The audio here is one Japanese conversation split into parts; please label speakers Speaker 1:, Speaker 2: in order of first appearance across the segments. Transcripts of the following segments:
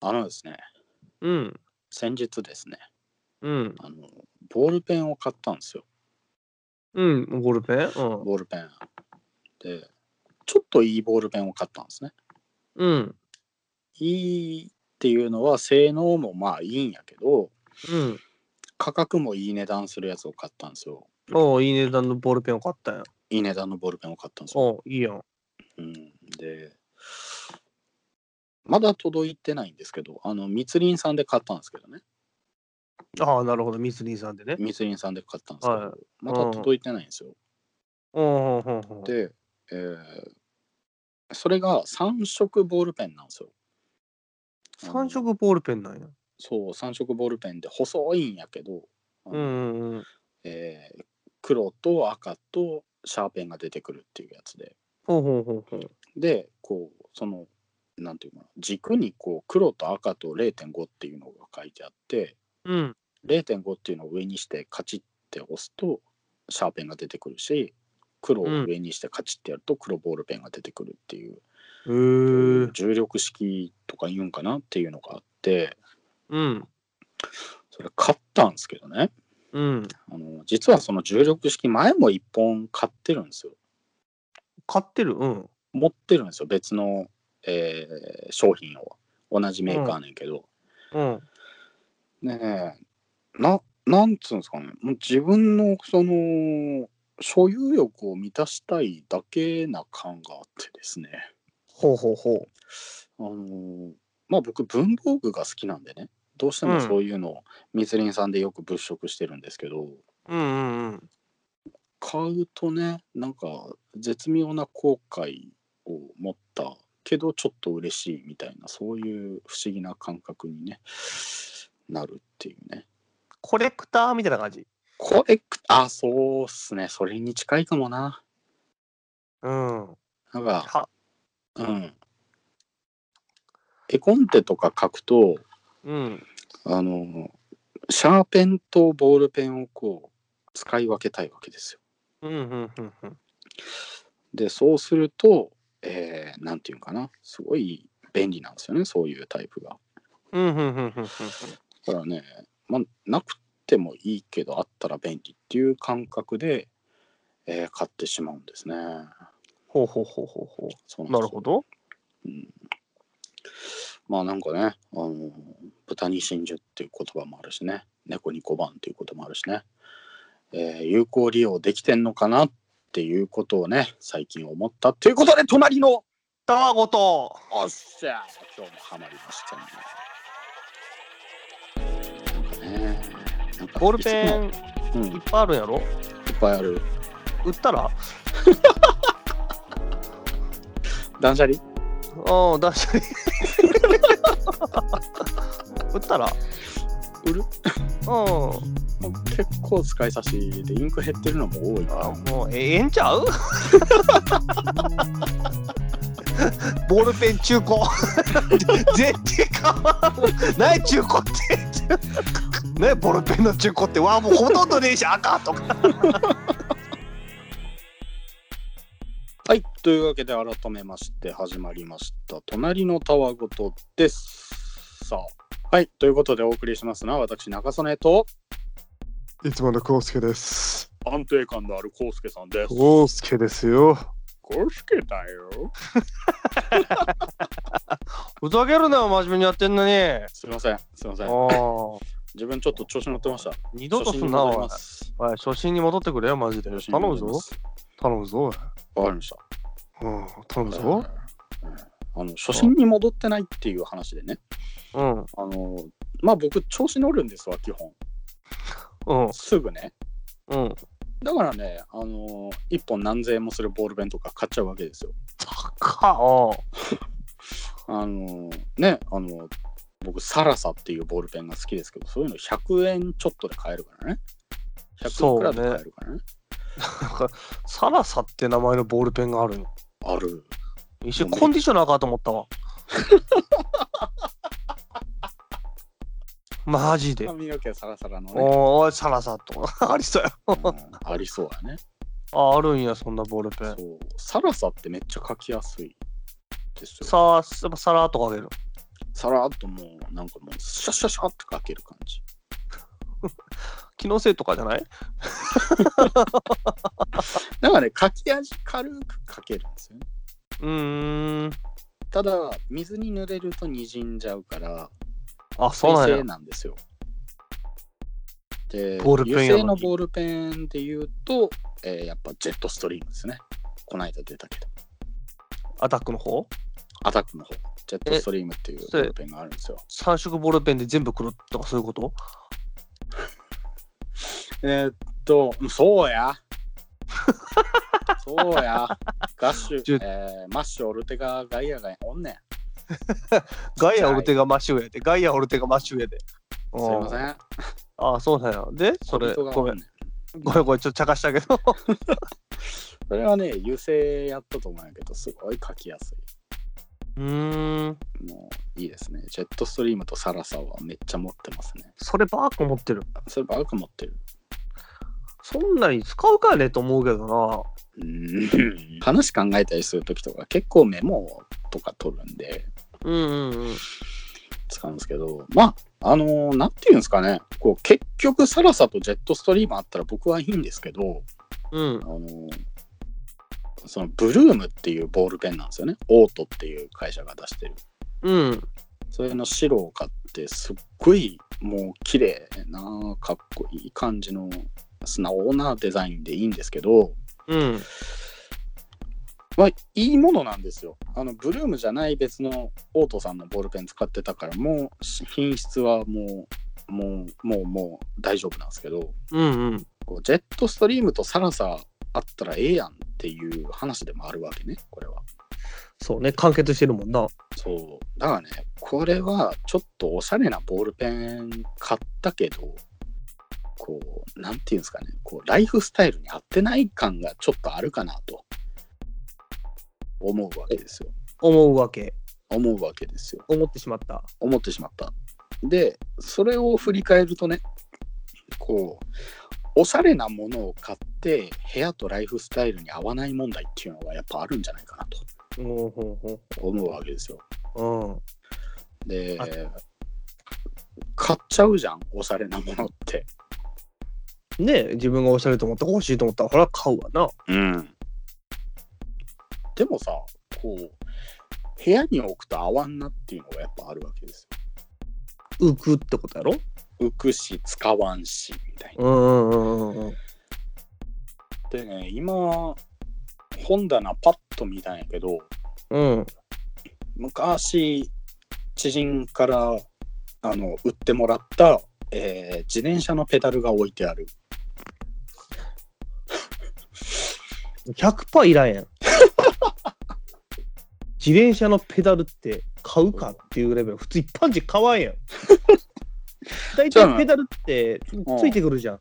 Speaker 1: あのですね、
Speaker 2: うん。
Speaker 1: 先日ですね、
Speaker 2: うん。
Speaker 1: あの、ボールペンを買ったんですよ、
Speaker 2: うん。ボールペン
Speaker 1: ボールペン。で、ちょっといいボールペンを買ったんですね。
Speaker 2: うん。うん。
Speaker 1: いいっていうのは、性能もまあいいんやけど、
Speaker 2: うん。
Speaker 1: 価格もいい値段するやつを買ったんですよ。
Speaker 2: おういい値段のボールペンを買ったんや。
Speaker 1: いい値段のボールペンを買ったんですよ。
Speaker 2: おういいやん。
Speaker 1: うん、で、まだ届いてないんですけど、あの、密林さんで買ったんですけどね。
Speaker 2: ああ、なるほど。ミスリーさんでね。
Speaker 1: 密林さんで買ったんですけど、
Speaker 2: はい
Speaker 1: まだ届いてないんですよ。
Speaker 2: うんうんうんうん。
Speaker 1: で、えーそれが3色ボールペンなんですよ。
Speaker 2: 3色ボールペンなんや。
Speaker 1: そう、3色ボールペンで細いんやけど、あ
Speaker 2: う
Speaker 1: の
Speaker 2: んうんうん。
Speaker 1: えー黒と赤とシャーペンが出てくるっていうやつで。
Speaker 2: ほうほうほうほう。
Speaker 1: で、こう、その、なんていうかな、軸にこう黒と赤と0.5っていうのが書いてあって、
Speaker 2: うん。
Speaker 1: 0.5っていうのを上にしてカチッって押すとシャーペンが出てくるし、黒を上にしてカチッってやると黒ボールペンが出てくるっていう
Speaker 2: へえ。
Speaker 1: 重力式とか言うんかなっていうのがあって
Speaker 2: うん。
Speaker 1: それ買ったんですけどね
Speaker 2: うん。
Speaker 1: あの実はその重力式前も1本買ってるんですよ
Speaker 2: 買ってるうん。
Speaker 1: 持ってるんですよ別の、えー商品を同じメーカーねんけど、
Speaker 2: うん。
Speaker 1: ねえななんつうんですかねもう自分のその所有欲を満たしたいだけな感があってですね
Speaker 2: ほうほうほ
Speaker 1: あのーまあ僕文房具が好きなんでねどうしてもそういうのを密林さんでよく物色してるんですけど、
Speaker 2: う。うんうんうん。
Speaker 1: 買うとねなんか絶妙な後悔を持ったけどちょっと嬉しいみたいなそういう不思議な感覚に、ね、なるっていうね
Speaker 2: コレクターみたいな感じ。
Speaker 1: コレクあそうっすねそれに近いかもな
Speaker 2: うん。
Speaker 1: なんか
Speaker 2: は、
Speaker 1: うん絵コンテとか書くと
Speaker 2: うん。
Speaker 1: あのシャーペンとボールペンをこう使い分けたいわけですよ
Speaker 2: うんうんうんうん。
Speaker 1: でそうするとえー、なんていうんかなすごい便利なんですよねそういうタイプが
Speaker 2: うんうんうんうんうん。
Speaker 1: だからねまあなくてもいいけどあったら便利っていう感覚で、えー買ってしまうんですね
Speaker 2: ほうほうほうほうほ
Speaker 1: そう
Speaker 2: う。
Speaker 1: んですよ
Speaker 2: なるほど。
Speaker 1: まあなんかねあの豚に真珠っていう言葉もあるしね猫に小判っていうこともあるしね、えー有効利用できてんのかなっていうことをね最近思ったっていうことで隣の
Speaker 2: たわごと。
Speaker 1: おっしゃ今日もハマりましたね。なんかねなんか
Speaker 2: ボールペ
Speaker 1: い
Speaker 2: ン
Speaker 1: つもうん、い
Speaker 2: い
Speaker 1: っ
Speaker 2: っぱいあるんやろ
Speaker 1: ぱいある。
Speaker 2: 売ったら
Speaker 1: 断捨離
Speaker 2: ああ、出したり。 売ったら
Speaker 1: 売る
Speaker 2: うん。
Speaker 1: 結構使い差しでインク減ってるのも多い
Speaker 2: あ
Speaker 1: か。
Speaker 2: もうええんちゃう ボールペン中古 全然変わらんない中古ってねボールペンの中古ってわあもうほとんどねえし赤とから
Speaker 1: はい。というわけで改めまして始まりました。隣のたわごとです。さあ。はい。ということでお送りしますのは私、中曽根と
Speaker 3: いつものコウスケです。
Speaker 1: 安定感のある康介さんで
Speaker 3: コウスケですよ。
Speaker 1: 康介だよ。
Speaker 2: ふざけるなよ真面目にやってんのにあ
Speaker 1: すいません。すいませ
Speaker 2: あ
Speaker 1: ん。自分ちょっと調子乗ってました。
Speaker 2: 二度
Speaker 1: 初
Speaker 2: とす
Speaker 1: 心
Speaker 2: ん
Speaker 1: に
Speaker 2: な
Speaker 1: 戻り
Speaker 2: おい
Speaker 1: ます。
Speaker 2: おい初心に戻ってくれよマジで
Speaker 1: 初心
Speaker 2: 頼
Speaker 1: に戻
Speaker 2: む
Speaker 1: りま
Speaker 2: ぞ
Speaker 1: す
Speaker 3: 頼むぞ。
Speaker 1: わかりました。
Speaker 3: うん、頼むぞ。
Speaker 1: あの初心に戻ってないっていう話でね、
Speaker 2: うんうん
Speaker 1: あのまあ僕、調子乗るんですわ、基本、すぐね。
Speaker 2: うん
Speaker 1: だからね、あの1本何千円もするボールペンとか買っちゃうわけですよ。
Speaker 2: かお
Speaker 1: あのね、あの僕、サラサっていうボールペンが好きですけど、そういうの100円ちょっとで買えるからね。100
Speaker 2: そ
Speaker 1: いうくらで
Speaker 2: ね
Speaker 1: 買えるからね。
Speaker 2: サラサって名前のボールペンがあるんよ
Speaker 1: ある。
Speaker 2: 一瞬コンディショナーかと思っ たわマジで
Speaker 1: 髪の毛サラサラのね、
Speaker 2: おーおいサラサと かありそうや
Speaker 1: うんありそうだね。
Speaker 2: ああるんやそんなボールペン
Speaker 1: そうサラサってめっちゃ書きやすいですよ。
Speaker 2: さあやっぱサラーっとかける
Speaker 1: さらっともうなんかもうシャシャシャってかける感じ
Speaker 2: 気のせいとかじゃない
Speaker 1: だからねかき味軽くかけるんですよね
Speaker 2: うーん。
Speaker 1: ただ水に濡れるとにじんじゃうから
Speaker 2: あ、そうなん
Speaker 1: 水性
Speaker 2: や。
Speaker 1: なんですよで
Speaker 2: ボールペンやのに
Speaker 1: 油性のボールペンで言うと、えーやっぱジェットストリームですねこの間出たけど
Speaker 2: アタックの方
Speaker 1: アタックの方ジェットストリームっていうボールペンがあるんですよ
Speaker 2: 三色ボールペンで全部黒とかそういうこと
Speaker 1: えーっと、そうや。そうや。ガッシ
Speaker 2: ちょ
Speaker 1: ュ、えーマッシュ、オルテガ、ガイアがおんねん。
Speaker 2: ガイアオルテが真っ白やで。ガイアオルテが真っ白やで。す
Speaker 1: すいませ
Speaker 2: ん。
Speaker 1: ん。
Speaker 2: あそうなんや。で、そ
Speaker 1: オ
Speaker 2: れ、
Speaker 1: ルトガ
Speaker 2: ごめ
Speaker 1: お
Speaker 2: ん。
Speaker 1: ね
Speaker 2: ごめん、ごめん、ちょっと茶化したけど。
Speaker 1: それはね、優勢やったと思うんやけど、すごい書きやす
Speaker 2: うーん。
Speaker 1: い。もういいですね。ジェットストリームとサラサはめっちゃ持ってますね。
Speaker 2: そればっか持ってる。
Speaker 1: そればっか持ってる。
Speaker 2: そんなに使うかねと思うけどな。
Speaker 1: うーん話考えたりするときとか、結構メモとか取るんで、
Speaker 2: うんうんうん。
Speaker 1: 使うんですけど、まあ、あのーなんていうんですかね、こう結局、サラサとジェットストリームあったら僕はいいんですけど、
Speaker 2: うん
Speaker 1: あ。のーそのブルームっていうボールペンなんですよね。オートっていう会社が出してる。
Speaker 2: うん。
Speaker 1: それの白を買って、すっごいもう綺麗な、かっこいい感じの素直なデザインでいいんですけど、
Speaker 2: うん。
Speaker 1: まあ、いいものなんですよ。あの、ブルームじゃない別のオートさんのボールペン使ってたから、もうし品質はもう、もう、もう、もう大丈夫なんですけど、
Speaker 2: うんうん。
Speaker 1: こうジェットストリームとサラサあったらええやんっていう話でもあるわけね、これは。
Speaker 2: そうね、完結してるもんな。
Speaker 1: そう。だからね、これはちょっとおしゃれなボールペン買ったけど、こう、なんていうんですかね、こう、ライフスタイルに合ってない感がちょっとあるかなと思うわけですよ。
Speaker 2: 思うわけ。
Speaker 1: 思うわけですよ。
Speaker 2: 思ってしまった。
Speaker 1: 思ってしまった。で、それを振り返るとね、こう、おしゃれなものを買って、部屋とライフスタイルに合わない問題っていうのはやっぱあるんじゃないかなと
Speaker 2: ほうほう
Speaker 1: 思うわけですよ。
Speaker 2: ほ
Speaker 1: で
Speaker 2: あ、
Speaker 1: 買っちゃうじゃん、おしゃれなものって。
Speaker 2: うん。ねえ自分がおしゃれと思ったら欲しいと思ったら、ほら買うわな。
Speaker 1: うん。でもさ、こう、部屋に置くと合わんなっていうのがやっぱあるわけです
Speaker 2: 浮くってことやろ
Speaker 1: よ。浮くし、使わんし、みたいな。
Speaker 2: うんうんうんうん。
Speaker 1: でね、今、本棚パッと見たんやけど、
Speaker 2: うん。
Speaker 1: 昔、知人から、あの、売ってもらった、えー自転車のペダルが置いてある。
Speaker 2: 100%いらんやん。 自転車のペダルって買うかっていうレベル、普通一般人買わ んやん。大
Speaker 1: そうな
Speaker 2: 体
Speaker 1: の
Speaker 2: ペダルってついてくるじゃん。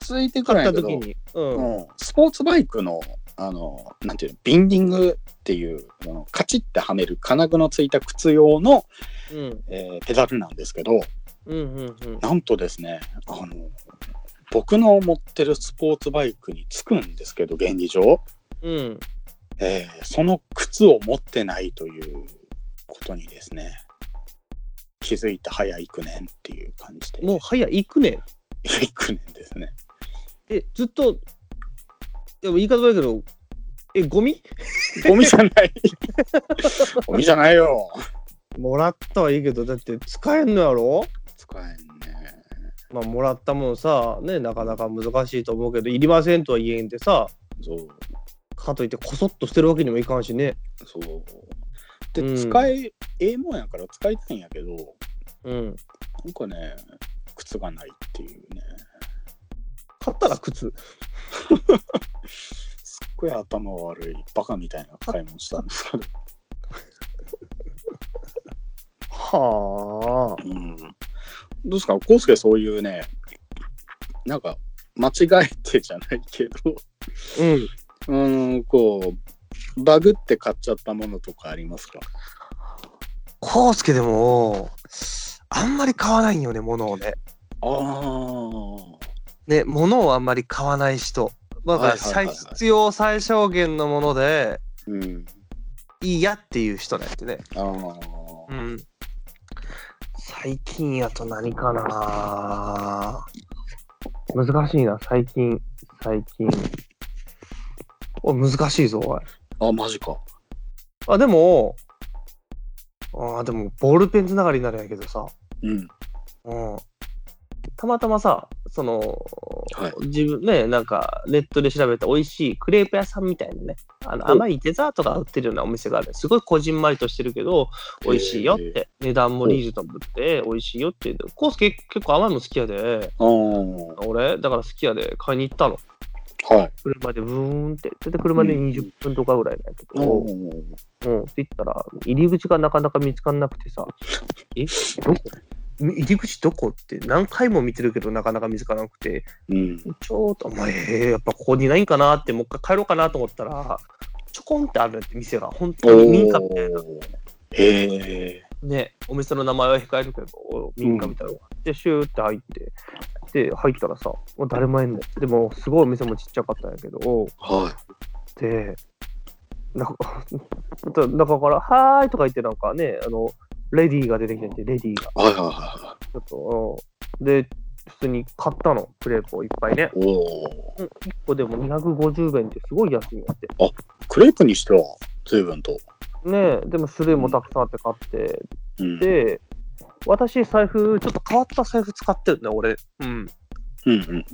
Speaker 1: ついてくるん
Speaker 2: 買
Speaker 1: や
Speaker 2: っ
Speaker 1: け
Speaker 2: た
Speaker 1: ど
Speaker 2: 時に。うん。
Speaker 1: うんスポーツバイクの、あの、なんていうの、ビンディングっていう、あのカチッてはめる金具のついた靴用の、
Speaker 2: うん。
Speaker 1: えーペダルなんですけど、
Speaker 2: うんうんうん。
Speaker 1: なんとですね、あの、僕の持ってるスポーツバイクにつくんですけど、現実上、
Speaker 2: うん。
Speaker 1: えーその靴を持ってないということにですね、気づいた早い9年っていう感じで、
Speaker 2: もう早い行くねん。
Speaker 1: 早い9年ですね。
Speaker 2: え、ずっと、でも言い方悪いけど、え、ゴミ
Speaker 1: ゴミじゃない。ゴミじゃないよ。
Speaker 2: もらったはいいけど、だって使えんのやろ
Speaker 1: 使えんね。
Speaker 2: まあ、もらったものさ、ね、なかなか難しいと思うけど、いりませんとは言えんでさ、
Speaker 1: そう。
Speaker 2: かといってこそっとしてるわけにもいかんしね。
Speaker 1: そう。で、
Speaker 2: うん
Speaker 1: 使え、ええもんやから使いたいんやけど、
Speaker 2: うん。
Speaker 1: なんかね、靴がないっていうね、
Speaker 2: 買ったら靴。
Speaker 1: すっごい頭悪い、バカみたいな買い物したんですけど、
Speaker 2: はあ。
Speaker 1: うん。どうですか、コウスケそういうね、なんか、間違えてじゃないけど、 う
Speaker 2: うん。
Speaker 1: ーん、こう、バグって買っちゃったものとかありますか
Speaker 4: コウスケでも、あんまり買わないんよね、物をね。
Speaker 1: ああ。
Speaker 4: ね、物をあんまり買わない人。まあ
Speaker 1: はいはいはいはい
Speaker 4: 最必要最小限のもので
Speaker 1: うん。
Speaker 4: いいやっていう人なんてね。
Speaker 1: ああ。
Speaker 4: うん。
Speaker 2: 最近やと何かな難しいな、最近、最近。お、難しいぞ、おい。
Speaker 1: あ、マジか。
Speaker 2: あ、でも、あーでも、ボールペンつながりになるんやけどさ、
Speaker 1: うん。
Speaker 2: うん。たまたまさ、その、
Speaker 1: はい
Speaker 2: 自分ね、なんか、ネットで調べた美味しいクレープ屋さんみたいなね、あの
Speaker 1: お
Speaker 2: 甘いデザートが売ってるようなお店がある。すごいこじんまりとしてるけど、美味しいよって、値段もリーズナブルで、美味しいよって言うのコース結結構甘いもん好きやで、
Speaker 1: あー
Speaker 2: 俺、だから好きやで、買いに行ったの。
Speaker 1: はい。
Speaker 2: 車でブーンって、それで車で20分とかぐらいなんやけど、
Speaker 1: おー
Speaker 2: うん、って言ったら、入り口がなかなか見つからなくてさ、えどこ入り口どこって何回も見てるけど、なかなか見つからなくて、
Speaker 1: うん。
Speaker 2: ちょっと、お前、えーやっぱここにないんかなって、もう一回帰ろうかなと思ったら、ちょこんってあるって店が、本当に民家みたいな、
Speaker 1: おーへえ。
Speaker 2: ね、お店の名前は控えるけど、民家みたいなのがあって、シューって入って、で、入ったらさ、もう誰もいんの。でも、すごいお店もちっちゃかったんやけど、
Speaker 1: は
Speaker 2: で、なんか、 中から、はーいとか言って、なんかね、あの、レディーが出てきてて、レディーが。
Speaker 1: い。はいはいはいは
Speaker 2: ちょっと、うんで、普通に買ったの、クレープをいっぱいね。
Speaker 1: い。おお。
Speaker 2: 1個でも250円ってすごい安いんやって。
Speaker 1: クレープにしては随分と。
Speaker 2: ねえでも種類もたくさんあって買って。
Speaker 1: うん。
Speaker 2: で、私、財布、ちょっと変わった財布使ってるんだよ、俺。うん。
Speaker 1: うんうんうん。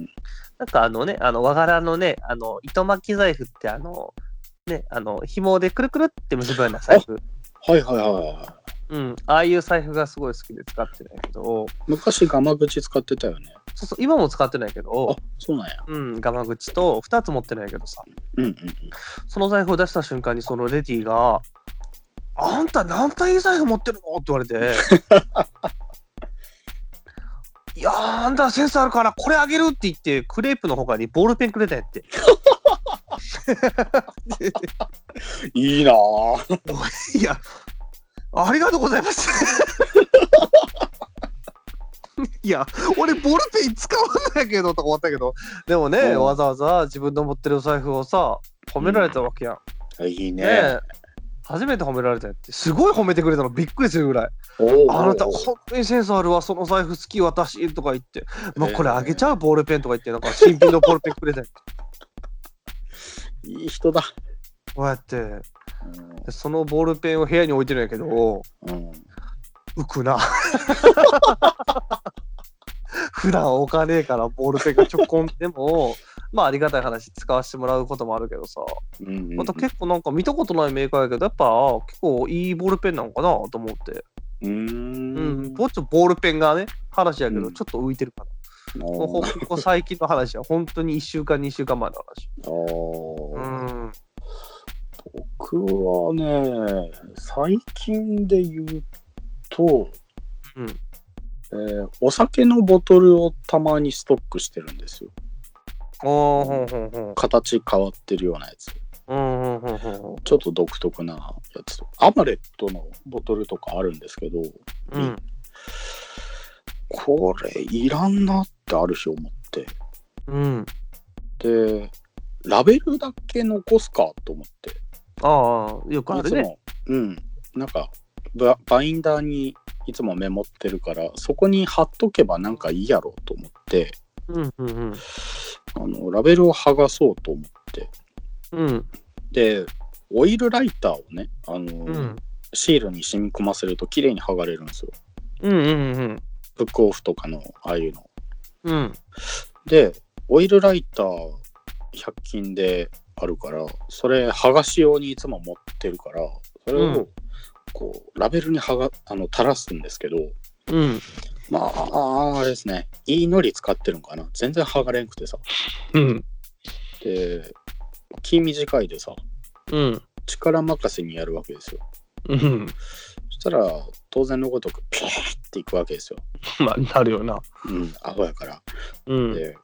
Speaker 2: なんかあのね、あの和柄のね、あの糸巻き財布って、あの、ね、あの、紐でくるくるって結ぶような財布。
Speaker 1: はいはいはいはい。
Speaker 2: うん、ああいう財布がすごい好きで使ってないけど、
Speaker 1: 昔ガマ口使ってたよね。
Speaker 2: そうそう、今も使ってないけ
Speaker 1: あ
Speaker 2: ど、、
Speaker 1: そうなんや。
Speaker 2: うん、ガマ口と2つ持ってないけどさ、
Speaker 1: うんうん
Speaker 2: その財布を出した瞬間にそのレディーが、あんた何体財布持ってるのって言われて、いやー、あんたセンスあるからこれあげるって言って、クレープの他にボールペンくれたんやって。
Speaker 1: うん。いいなぁ。
Speaker 2: いや、ありがとうござ います。いや、俺ボールペン使わないけどとか思ったけど、でもね、
Speaker 1: うん
Speaker 2: わざわざ自分の持ってるお財布をさ、褒められたわけやん。
Speaker 1: いいね。
Speaker 2: ねえ初めて褒められたやって、すごい褒めてくれたの、びっくりするぐらい。
Speaker 1: おー
Speaker 2: あなた、本当にセンスあるわ、その財布好き、私とか言って、まあ、これあげちゃう、ボールペンとか言って、なんか新品のボールペンくれたんや
Speaker 1: いい人だ。
Speaker 2: こうやって、でそのボールペンを部屋に置いてるんやけど、
Speaker 1: うん。
Speaker 2: 浮くな。普段置かねえからボールペンがちょこんでも、まあありがたい話使わせてもらうこともあるけどさ、
Speaker 1: うんうん
Speaker 2: また結構なんか見たことないメーカーやけど、やっぱ結構いいボールペンなのかなと思って、
Speaker 1: う
Speaker 2: うんん、ぼっちょボールペンがね、話やけ
Speaker 1: う
Speaker 2: ど、
Speaker 1: ん
Speaker 2: ちょっと浮いてるから、もう
Speaker 1: お
Speaker 2: ほ
Speaker 1: ー
Speaker 2: ここ最近の話は、本当に1週間、2週間前の
Speaker 1: おー
Speaker 2: 話。うん、
Speaker 1: 僕はね最近で言うと、
Speaker 2: うん
Speaker 1: えーお酒のボトルをたまにストックしてるんですよ
Speaker 2: おー、ほんほんほん。
Speaker 1: 形変わってるようなやつ
Speaker 2: うん、ほんほんほんほん。
Speaker 1: ちょっと独特なやつとかアマレットのボトルとかあるんですけど
Speaker 2: うん。
Speaker 1: これいらんなってある日思って
Speaker 2: うん。
Speaker 1: でラベルだけ残すかと思って
Speaker 2: ああ、よくあ
Speaker 1: い
Speaker 2: る
Speaker 1: つ
Speaker 2: ね。
Speaker 1: も、うん、なんかババインダーにいつもメモってるからそこに貼っとけばなんかいいやろうと思って
Speaker 2: うん、うん、うん。
Speaker 1: あのラベルを剥がそうと思って
Speaker 2: うん、
Speaker 1: でオイルライターをねあの、
Speaker 2: うん。
Speaker 1: シールに染み込ませると綺麗に剥がれるんですよ
Speaker 2: うんうん
Speaker 1: ブックオフとかのああいうの
Speaker 2: うんうん
Speaker 1: でオイルライター100均であるからそれ剥がし用にいつも持ってるからそれ
Speaker 2: うん
Speaker 1: をこうラベルに剥があの垂らすんですけど、
Speaker 2: うん
Speaker 1: まあ、あれですね。いいのり使ってるのかな全然剥がれんくてさ。
Speaker 2: うん
Speaker 1: で、気短いでさ、
Speaker 2: うん
Speaker 1: 力任せにやるわけですよ。
Speaker 2: うん
Speaker 1: そしたら、当然のごとく、ピーっていくわけですよ。
Speaker 2: まあなるよな
Speaker 1: うん、アホやから。
Speaker 2: うん
Speaker 1: で、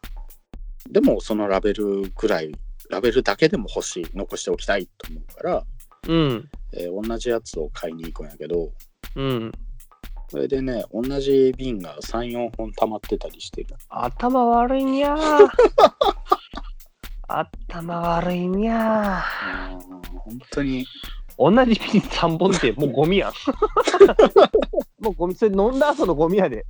Speaker 1: でもそのラベルくらい、ラベルだけでも欲しい、残しておきたいと思うから、
Speaker 2: うん
Speaker 1: えー同じやつを買いに行くんやけど、
Speaker 2: うん
Speaker 1: それでね、同じ瓶が3、4本溜まってたりしてる。
Speaker 2: 頭悪いにゃー頭悪いにゃ
Speaker 1: あー本当に、
Speaker 2: 同じピン3本ってもうゴミやん。もうゴミ、それ飲んだ後のゴミやで。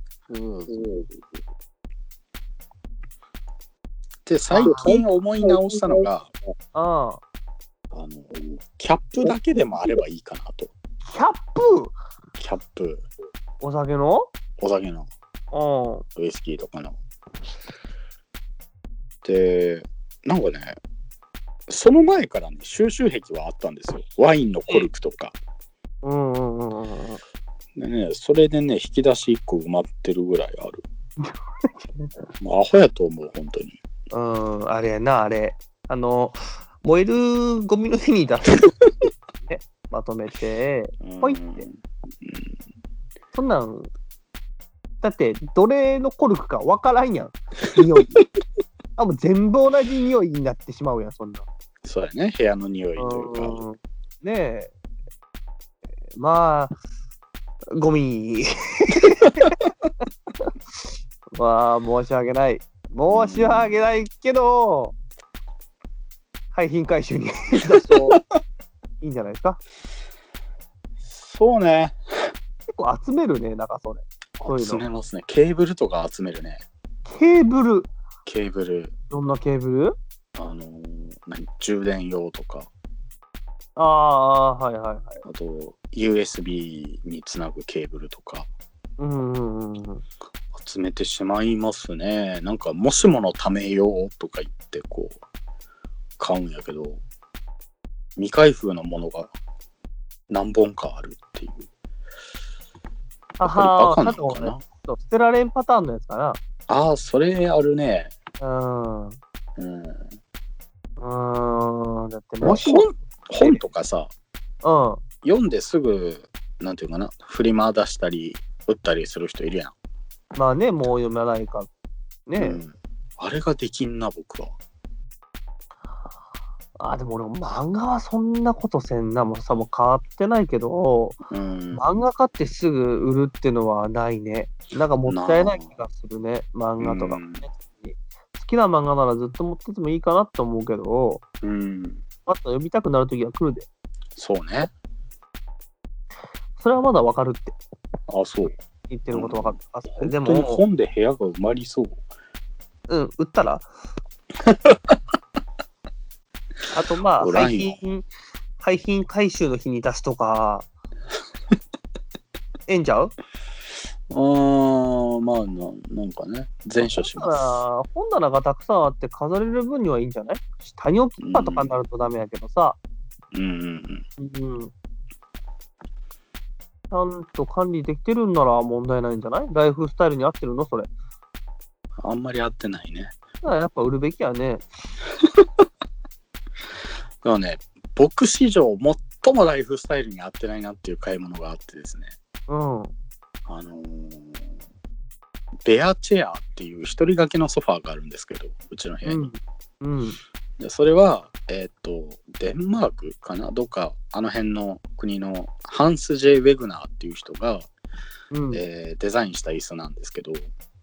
Speaker 1: で最近思い直したのが
Speaker 2: ああ。
Speaker 1: あのキャップだけでもあればいいかなと
Speaker 2: キャップ
Speaker 1: キャップ
Speaker 2: お酒の
Speaker 1: お酒の
Speaker 2: うん。
Speaker 1: ウイスキーとかの。でなんかねその前からね収集癖はあったんですよワインのコルクとか。
Speaker 2: うんうんうんうんうん。
Speaker 1: でねそれでね引き出し1個埋まってるぐらいあ る。もうアホやと思う本当に。
Speaker 2: うん、あれやな、あれ。あの、燃えるゴミの日に出す。ね、まとめて。ポイって
Speaker 1: うん
Speaker 2: そんなん、だって、どれのコルクかわからんやん。匂い。あ、もう全部同じ匂いになってしまうやん、そんなん。
Speaker 1: そうやね部屋の匂いというか。
Speaker 2: うんねえ。まあ、ゴミ。 まあ、申し訳ない。申し訳ないけど、廃品回収に 出すといいんじゃないですか。
Speaker 1: そうね。
Speaker 2: 結構集めるね、なんかそれ。そういうの
Speaker 1: 集めますね。ケーブルとか集めるね。
Speaker 2: ケーブル。
Speaker 1: ケーブル、
Speaker 2: どんなケーブル
Speaker 1: あのー何充電用とか、
Speaker 2: ああ、はいはいはい。
Speaker 1: あと USB につなぐケーブルとか。
Speaker 2: うんうんうんうん。
Speaker 1: 集めてしまいますね。なんか、もしものためようとか言って、こう、買うんやけど、未開封のものが何本かあるっていう。やっぱりバ
Speaker 2: あはー、なん
Speaker 1: カ
Speaker 2: か
Speaker 1: なの
Speaker 2: こ
Speaker 1: か
Speaker 2: れ、ちょ
Speaker 1: な
Speaker 2: っと捨てられんパターンのやつかな。
Speaker 1: ああ、それあるね。
Speaker 2: うん。う
Speaker 1: うん。
Speaker 2: ーん。だって
Speaker 1: 本
Speaker 2: もしも、
Speaker 1: 本とかさ、
Speaker 2: うん。
Speaker 1: 読んですぐ、なんていうかな、振り回出したり、打ったりする人いるやん。
Speaker 2: まあね、もう読まないから。ね、
Speaker 1: うんあれができんな、僕は。
Speaker 2: あ、でも俺、漫画はそんなことせんな。もうさ、もう買ってないけど、
Speaker 1: うん。
Speaker 2: 漫画買ってすぐ売るってのはないね。なんかもったいない気がするね、漫画とかもね。好きな漫画ならずっと持っててもいいかなと思うけど、
Speaker 1: うん。
Speaker 2: また読みたくなるときは来るで。
Speaker 1: そうね。
Speaker 2: それはまだわかるって
Speaker 1: あそう。
Speaker 2: 言ってることわかる。あで
Speaker 1: 本当に
Speaker 2: も、
Speaker 1: 本で部屋が埋まりそう。
Speaker 2: うん、売っ たらあとまあ、
Speaker 1: おらん
Speaker 2: 廃
Speaker 1: よ
Speaker 2: 品、廃品回収の日に出す とか、ええんちゃう
Speaker 1: あーまあな、なんかね、全処し
Speaker 2: だか
Speaker 1: ま
Speaker 2: ら本棚がたくさんあって飾れる分にはいいんじゃない他に置き場とかになるとダメやけどさ、
Speaker 1: す。うんうんうん。
Speaker 2: うん。ちゃんと管理できてるんなら問題ないんじゃないライフスタイルに合ってるのそれ。
Speaker 1: あんまり合ってないね。
Speaker 2: だからやっぱ売るべきやね。
Speaker 1: でもね、僕史上最もライフスタイルに合ってないなっていう買い物があってですね、
Speaker 2: うん。うん。
Speaker 1: あのーベアチェアっていう一人掛けのソファーがあるんですけど、うちの部屋に。
Speaker 2: うん。
Speaker 1: でそれは、えーっと、デンマークかなどっか、あの辺の国のハンス・ジェイ・ウェグナーっていう人が、
Speaker 2: うん。
Speaker 1: えーデザインした椅子なんですけど、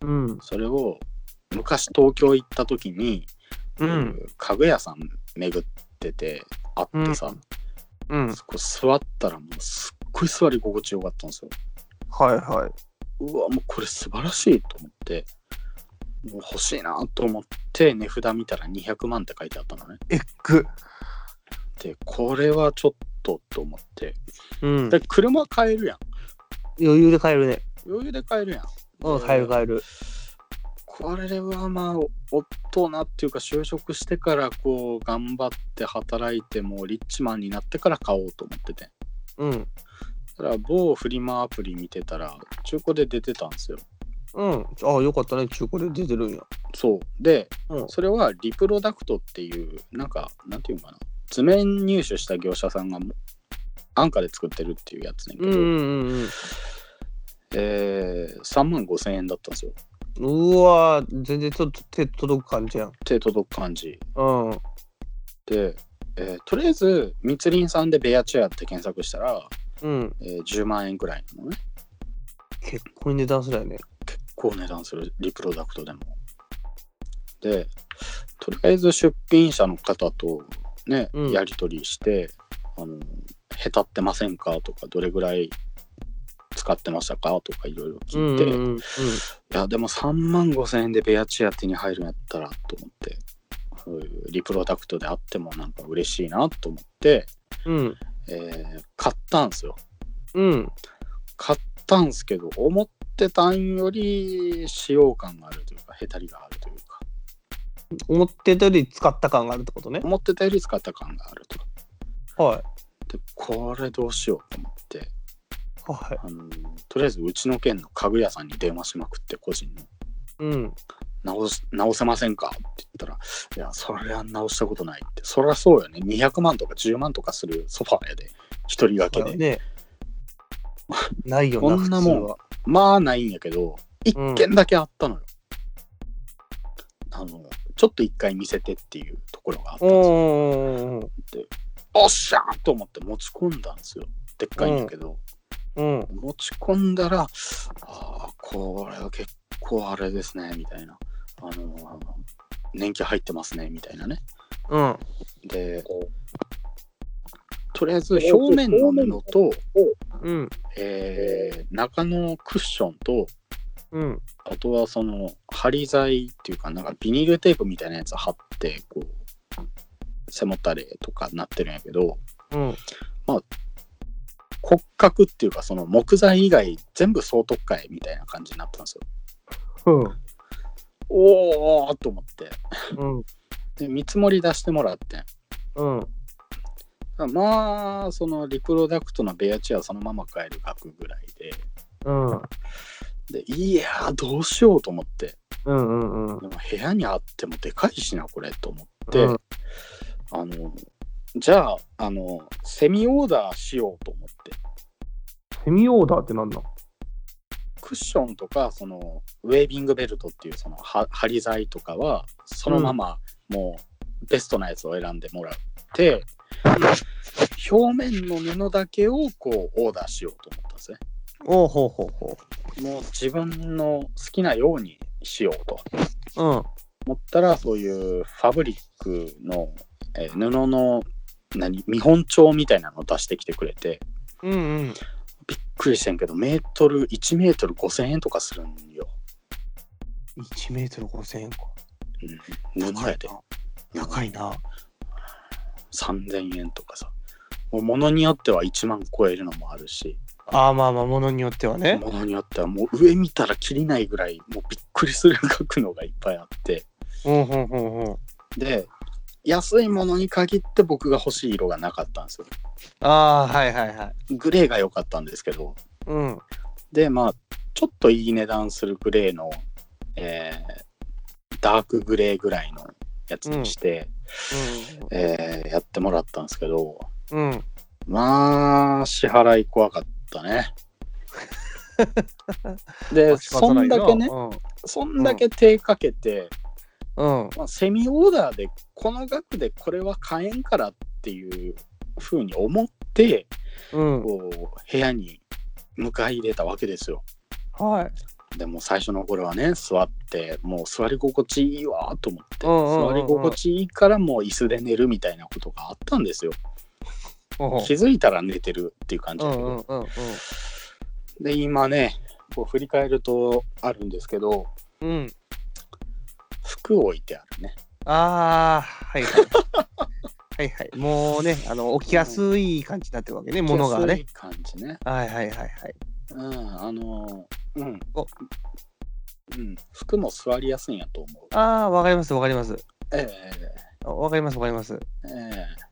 Speaker 2: うん。
Speaker 1: それを昔東京行った時に、
Speaker 2: うん。
Speaker 1: 家具屋さん巡っててあってさ、
Speaker 2: うん。
Speaker 1: そこ座ったらもうすっごい座り心地よかったんですよ
Speaker 2: はいはい。
Speaker 1: うわもうこれ素晴らしいと思ってもう欲しいなと思って値札見たら200万って書いてあったのね
Speaker 5: エッグ
Speaker 1: でこれはちょっとと思って
Speaker 2: うん。
Speaker 1: で車買えるやん
Speaker 2: 余裕で買えるね。
Speaker 1: 余裕で買えるやん
Speaker 2: うん、買える買える。
Speaker 1: これはまあ大人っていうか就職してからこう頑張って働いてもうリッチマンになってから買おうと思ってて
Speaker 2: うん。
Speaker 1: たら某フリマアプリ見てたら中古で出てたんですよ
Speaker 2: うん。ああ、よかったね。中古で出てるんや。
Speaker 1: そうで、
Speaker 2: うん
Speaker 1: それはリプロダクトっていうなんかなんていうのかな図面入手した業者さんがも安価で作ってるっていうやつねんけ
Speaker 2: う
Speaker 1: ど、
Speaker 2: んうんうん
Speaker 1: えー、3万5千円だったんですよ
Speaker 2: うん。うわー全然ちょっと手届く感じやん。
Speaker 1: 手届く感じ
Speaker 2: うん。
Speaker 1: で、えーとりあえず密林さんでベアチェアって検索したら、
Speaker 2: うん。
Speaker 1: えー10万円くらいなのね
Speaker 2: 結構に値段するよね。
Speaker 1: 結構値段するリプロダクトでもでとりあえず出品者の方とね、
Speaker 2: うん
Speaker 1: やり取りしてあのへたってませんかとかどれぐらい使ってましたかとかいろいろ
Speaker 2: う
Speaker 1: 聞
Speaker 2: ん
Speaker 1: いて、
Speaker 2: うん
Speaker 1: い
Speaker 2: うんうん
Speaker 1: やでも3万5千円でベアチェア手に入るんやったらと思ってそういうリプロダクトであってもなんか嬉しいなと思って、
Speaker 2: うん
Speaker 1: えー買ったんですよ
Speaker 2: うん
Speaker 1: 買ったんすけど思ってたんより使用感があるというかへたりがあるというか
Speaker 2: 思ってたより使った感があるってことね
Speaker 1: 思ってたより使った感があると
Speaker 2: は
Speaker 1: でこれどうしようと思って
Speaker 2: いはい
Speaker 1: あのとりあえずうちの県の家具屋さんに電話しまくって個人の
Speaker 2: うん
Speaker 1: 直し直せませんか?」って言ったら「いやそれは直したことない」って「そりゃそうよね200万とか10万とかするソファーやで一人掛けで、
Speaker 2: ねないよ
Speaker 1: こ
Speaker 2: なん
Speaker 1: なもん
Speaker 2: 普通は
Speaker 1: まあないんやけど一件だけあったのよ、あのちょっと一回見せてっていうところがあったんですよ
Speaker 2: おー
Speaker 1: おっしゃーと思って持ち込んだんですよでっかいんやけど、
Speaker 2: うん
Speaker 1: 持ち込んだら、ああ、これは結構あれですね、みたいな。あの、あの年季入ってますね、みたいなね。
Speaker 2: うん
Speaker 1: で、とりあえず表面の布と、
Speaker 2: うん
Speaker 1: えー中のクッションと、
Speaker 2: うん
Speaker 1: あとはその、貼り剤っていうか、なんかビニールテープみたいなやつ貼って、こう、背もたれとかなってるんやけど、
Speaker 2: うん
Speaker 1: 骨格っていうか、その木材以外全部総特化絵みたいな感じになったんですよ。
Speaker 2: うん
Speaker 1: おーっと思って。
Speaker 2: うん
Speaker 1: で見積もり出してもらってん
Speaker 2: うん
Speaker 1: まあそのリプロダクトのベアチェアそのまま買える額ぐらい
Speaker 2: うん
Speaker 1: ででいやーどうしようと思って
Speaker 2: うんうんうん
Speaker 1: でも部屋にあってもでかいしなこれと思って、
Speaker 2: うん
Speaker 1: あのじゃああのセミオーダーしようと思って
Speaker 2: セミオーダーってなんだ
Speaker 1: クッションとかそのウェービングベルトっていうそのは貼り材とかはそのままもうベストなやつを選んでもらって、表面の布だけをこうオーダーしようと思ったんですね
Speaker 2: おおほうほうほ
Speaker 1: もう自分の好きなようにしようと
Speaker 2: ううん
Speaker 1: 思ったらそういうファブリックの、えー布の何見本帳みたいなのを出してきてくれて
Speaker 2: うんうん
Speaker 1: びっくりしてんけどメートル1メートル5000円とかするんよ、
Speaker 2: 1メートル5千円か
Speaker 1: うん、布やで
Speaker 2: 高いな
Speaker 1: 3000円とかさもう物によっては1万超えるのもあるし
Speaker 2: ああまあまあものによってはね
Speaker 1: 物によってはもう上見たら切りないぐらいもうびっくりする書くのがいっぱいあって
Speaker 2: うんうんうんうん
Speaker 1: で安いものに限って僕が欲しい色がなかったんですよ
Speaker 2: ああーはいはいはい
Speaker 1: グレーが良かったんですけど
Speaker 2: うん
Speaker 1: でまあちょっといい値段するグレーの、えーダークグレーぐらいのやつにして、えーやってもらったんですけど
Speaker 2: うんうん
Speaker 1: まあ支払い怖かった ねでそんだけねそんだけ手かけて、
Speaker 2: うんうん
Speaker 1: まあ、セミオーダーでこの額でこれは買えんからっていうふうに思って
Speaker 2: うん
Speaker 1: こう部屋に迎え入れたわけですよ
Speaker 2: はい
Speaker 1: でも最初の頃はね座ってもう座り心地いいわと思って、
Speaker 2: うんうんうんうん
Speaker 1: 座り心地いいからもう椅子で寝るみたいなことがあったんですよ、
Speaker 2: うん
Speaker 1: 気づいたら寝てるっていう感じ
Speaker 2: う
Speaker 1: だけ
Speaker 2: ん
Speaker 1: ど、
Speaker 2: うんうん
Speaker 1: で今ねこう振り返るとあるんですけど
Speaker 2: うんうん
Speaker 1: 服置いてあるね
Speaker 2: ああはいはいはいはいもうねあの起きやすい感じになってるわけねものが
Speaker 1: 着やす
Speaker 2: ね
Speaker 1: い感じね
Speaker 2: はいはいはいはい
Speaker 1: うんあのーうん
Speaker 2: お
Speaker 1: うん、服も座りやすいんやと思う。
Speaker 2: ああわかりますわかります
Speaker 1: え
Speaker 2: わかりますわかりますうん
Speaker 1: えええ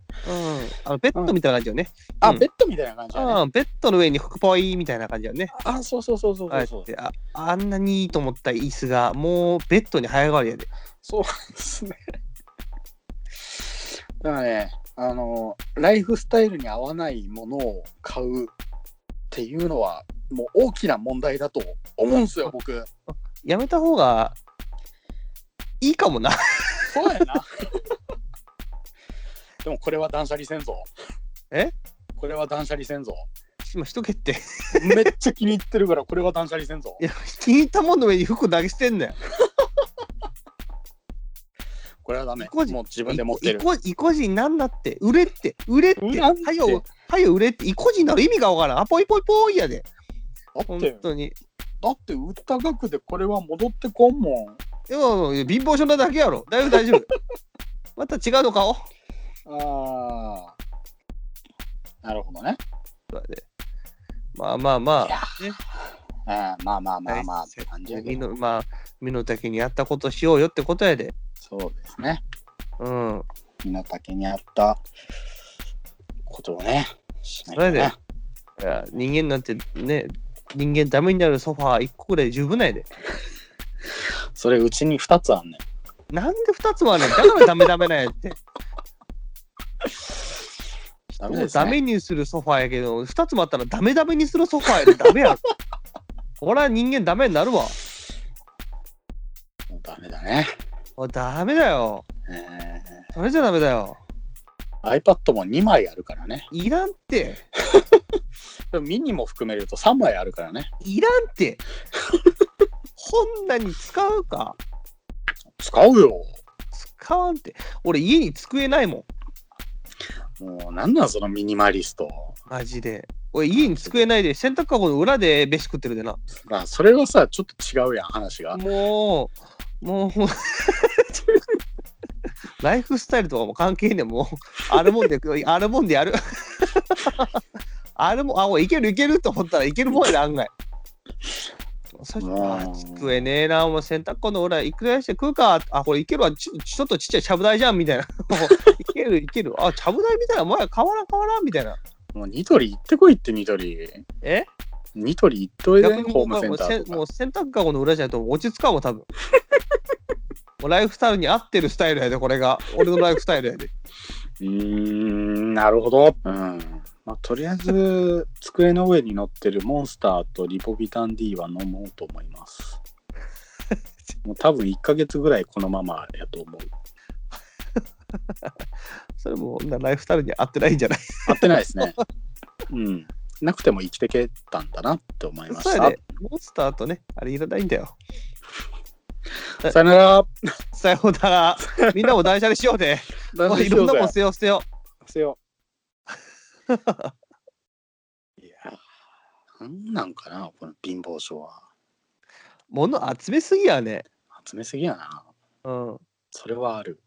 Speaker 2: あのベッドみたいな感じよね
Speaker 1: あ、
Speaker 2: うん
Speaker 1: ベッドみたいな感じだね。
Speaker 2: ああベッドの上に服ぽいみたいな感じよね
Speaker 1: あ、そうそうそうそう
Speaker 2: あ
Speaker 1: そうそ
Speaker 2: え
Speaker 1: う。
Speaker 2: てああんなにいいと思った椅子がもうベッドに早変わりやで。
Speaker 1: そうですね。だからね、あの、ライフスタイルに合わないものを買うっていうのは、もう大きな問題だと思うん すよ、僕。
Speaker 2: やめた方がいいかもな。
Speaker 1: そうやな。 でもこれは断捨離せんぞ。
Speaker 2: え
Speaker 1: これは断捨離せんぞ。
Speaker 2: 今しとけって。
Speaker 1: めっちゃ気に入ってるから、これは断捨離せんぞ
Speaker 2: い。や気に入ったもんの上に服投げ捨てんだよ。
Speaker 1: これはダメ。
Speaker 2: 個人
Speaker 1: もう自分で持ってる
Speaker 2: い。こいこじなんだって。売れって。売れって。
Speaker 1: 売らんって
Speaker 2: はよ、はよ売れって、いこじになる意味がわからん。あ、ぽいぽいぽいやで。
Speaker 1: だっ
Speaker 2: 本
Speaker 1: て、
Speaker 2: 当に。
Speaker 1: だって売った額でこれは戻ってこんもん。
Speaker 2: でも、貧乏症なだけやろ。大丈夫、大 丈夫。また違うの買おう。
Speaker 1: ああ。なるほどね。
Speaker 2: それでまあまあま
Speaker 1: い
Speaker 2: あ
Speaker 1: や、あーまあまあまあまあ、
Speaker 2: は
Speaker 1: っ
Speaker 2: い
Speaker 1: て感じやけ
Speaker 2: 身
Speaker 1: ど
Speaker 2: の、まあ、身の丈に合ったことしようよってことやで。
Speaker 1: そうですね。
Speaker 2: うん。
Speaker 1: 身の丈に合ったことをね、しないと
Speaker 2: それで
Speaker 1: ね。
Speaker 2: いや人間なんてね、人間ダメになるソファー1個ぐらい十分ないで。
Speaker 1: それうちに2つあんねん。
Speaker 2: なんで2つもあるのだからダメダメなん やって。
Speaker 1: ダ
Speaker 2: ダ
Speaker 1: メ
Speaker 2: メ,、
Speaker 1: ですね。
Speaker 2: にするソファーやけど、2つもあったらダメダメにするソファーやでダメやろ。これは人間ダメになるわ。
Speaker 1: もうダメだね。
Speaker 2: これダメだよ。
Speaker 1: え
Speaker 2: それじゃダメだよ。
Speaker 1: ー、iPad も2枚あるからね。
Speaker 2: いらんって。
Speaker 1: でもミニも含めると3枚あるからね。
Speaker 2: いらんって。こんなに使うか
Speaker 1: 使うよ。
Speaker 2: 使わんって。俺家に机ないもん。
Speaker 1: もうなんなんそのミニマリスト。
Speaker 2: マジで。俺家に机ないで洗濯かごの裏で飯食ってるでな。
Speaker 1: まあそれはさ、ちょっと違うやん、話が。
Speaker 2: もう、もう、もう ライフスタイルとかも関係ねえ、もう、あるもんで、あるもんでやる。 あるもん、あ、おい、いけるいけると思ったらいけるもんやで、案外。そして、
Speaker 1: もう
Speaker 2: あ、食えねえな、お前、洗濯機の裏、いくらやして食うか、あ、これいけるわ、ちょちょっとちっちゃいちゃぶ台じゃん、みたいな。 もういけるいける、あ、ちゃぶ台みたいな、もう変わらん変わらん、みたいな。
Speaker 1: もうニトリ行ってこいってニトリ。
Speaker 2: え
Speaker 1: ニトリ行っといで、
Speaker 2: 逆に
Speaker 1: ホー
Speaker 2: 僕
Speaker 1: ムセン
Speaker 2: はもう
Speaker 1: タ
Speaker 2: せ
Speaker 1: ーとか
Speaker 2: もう。洗濯かごの裏じゃないと落ち着かんもん多分 もうライフスタイルに合ってるスタイルやでこれが俺のライフスタイルやで
Speaker 1: うーん、なるほど。うん。まあ、とりあえず、机の上に乗ってるモンスターとリポビタン D は飲もうと思います。もう多分1ヶ月ぐらいこのままやと思う。
Speaker 2: それもなライフスタイルに合ってないんじ ゃない
Speaker 1: 合ってないですね。うん。なくても生きてけたんだなって思いま
Speaker 2: そう
Speaker 1: し
Speaker 2: や
Speaker 1: た
Speaker 2: で。モンスターとねあれいらないんだよ
Speaker 1: さよなら。
Speaker 2: さようなら みんなも断捨離しようで
Speaker 1: 断捨離
Speaker 2: い
Speaker 1: しよ
Speaker 2: ろん
Speaker 1: う
Speaker 2: な
Speaker 1: ぜ
Speaker 2: もん捨てよう捨てよう
Speaker 1: せ よ。いやー、なんなんかな、この貧乏症は。
Speaker 2: 物集めすぎやね
Speaker 1: 集めすぎやな。
Speaker 2: うん
Speaker 1: それはある。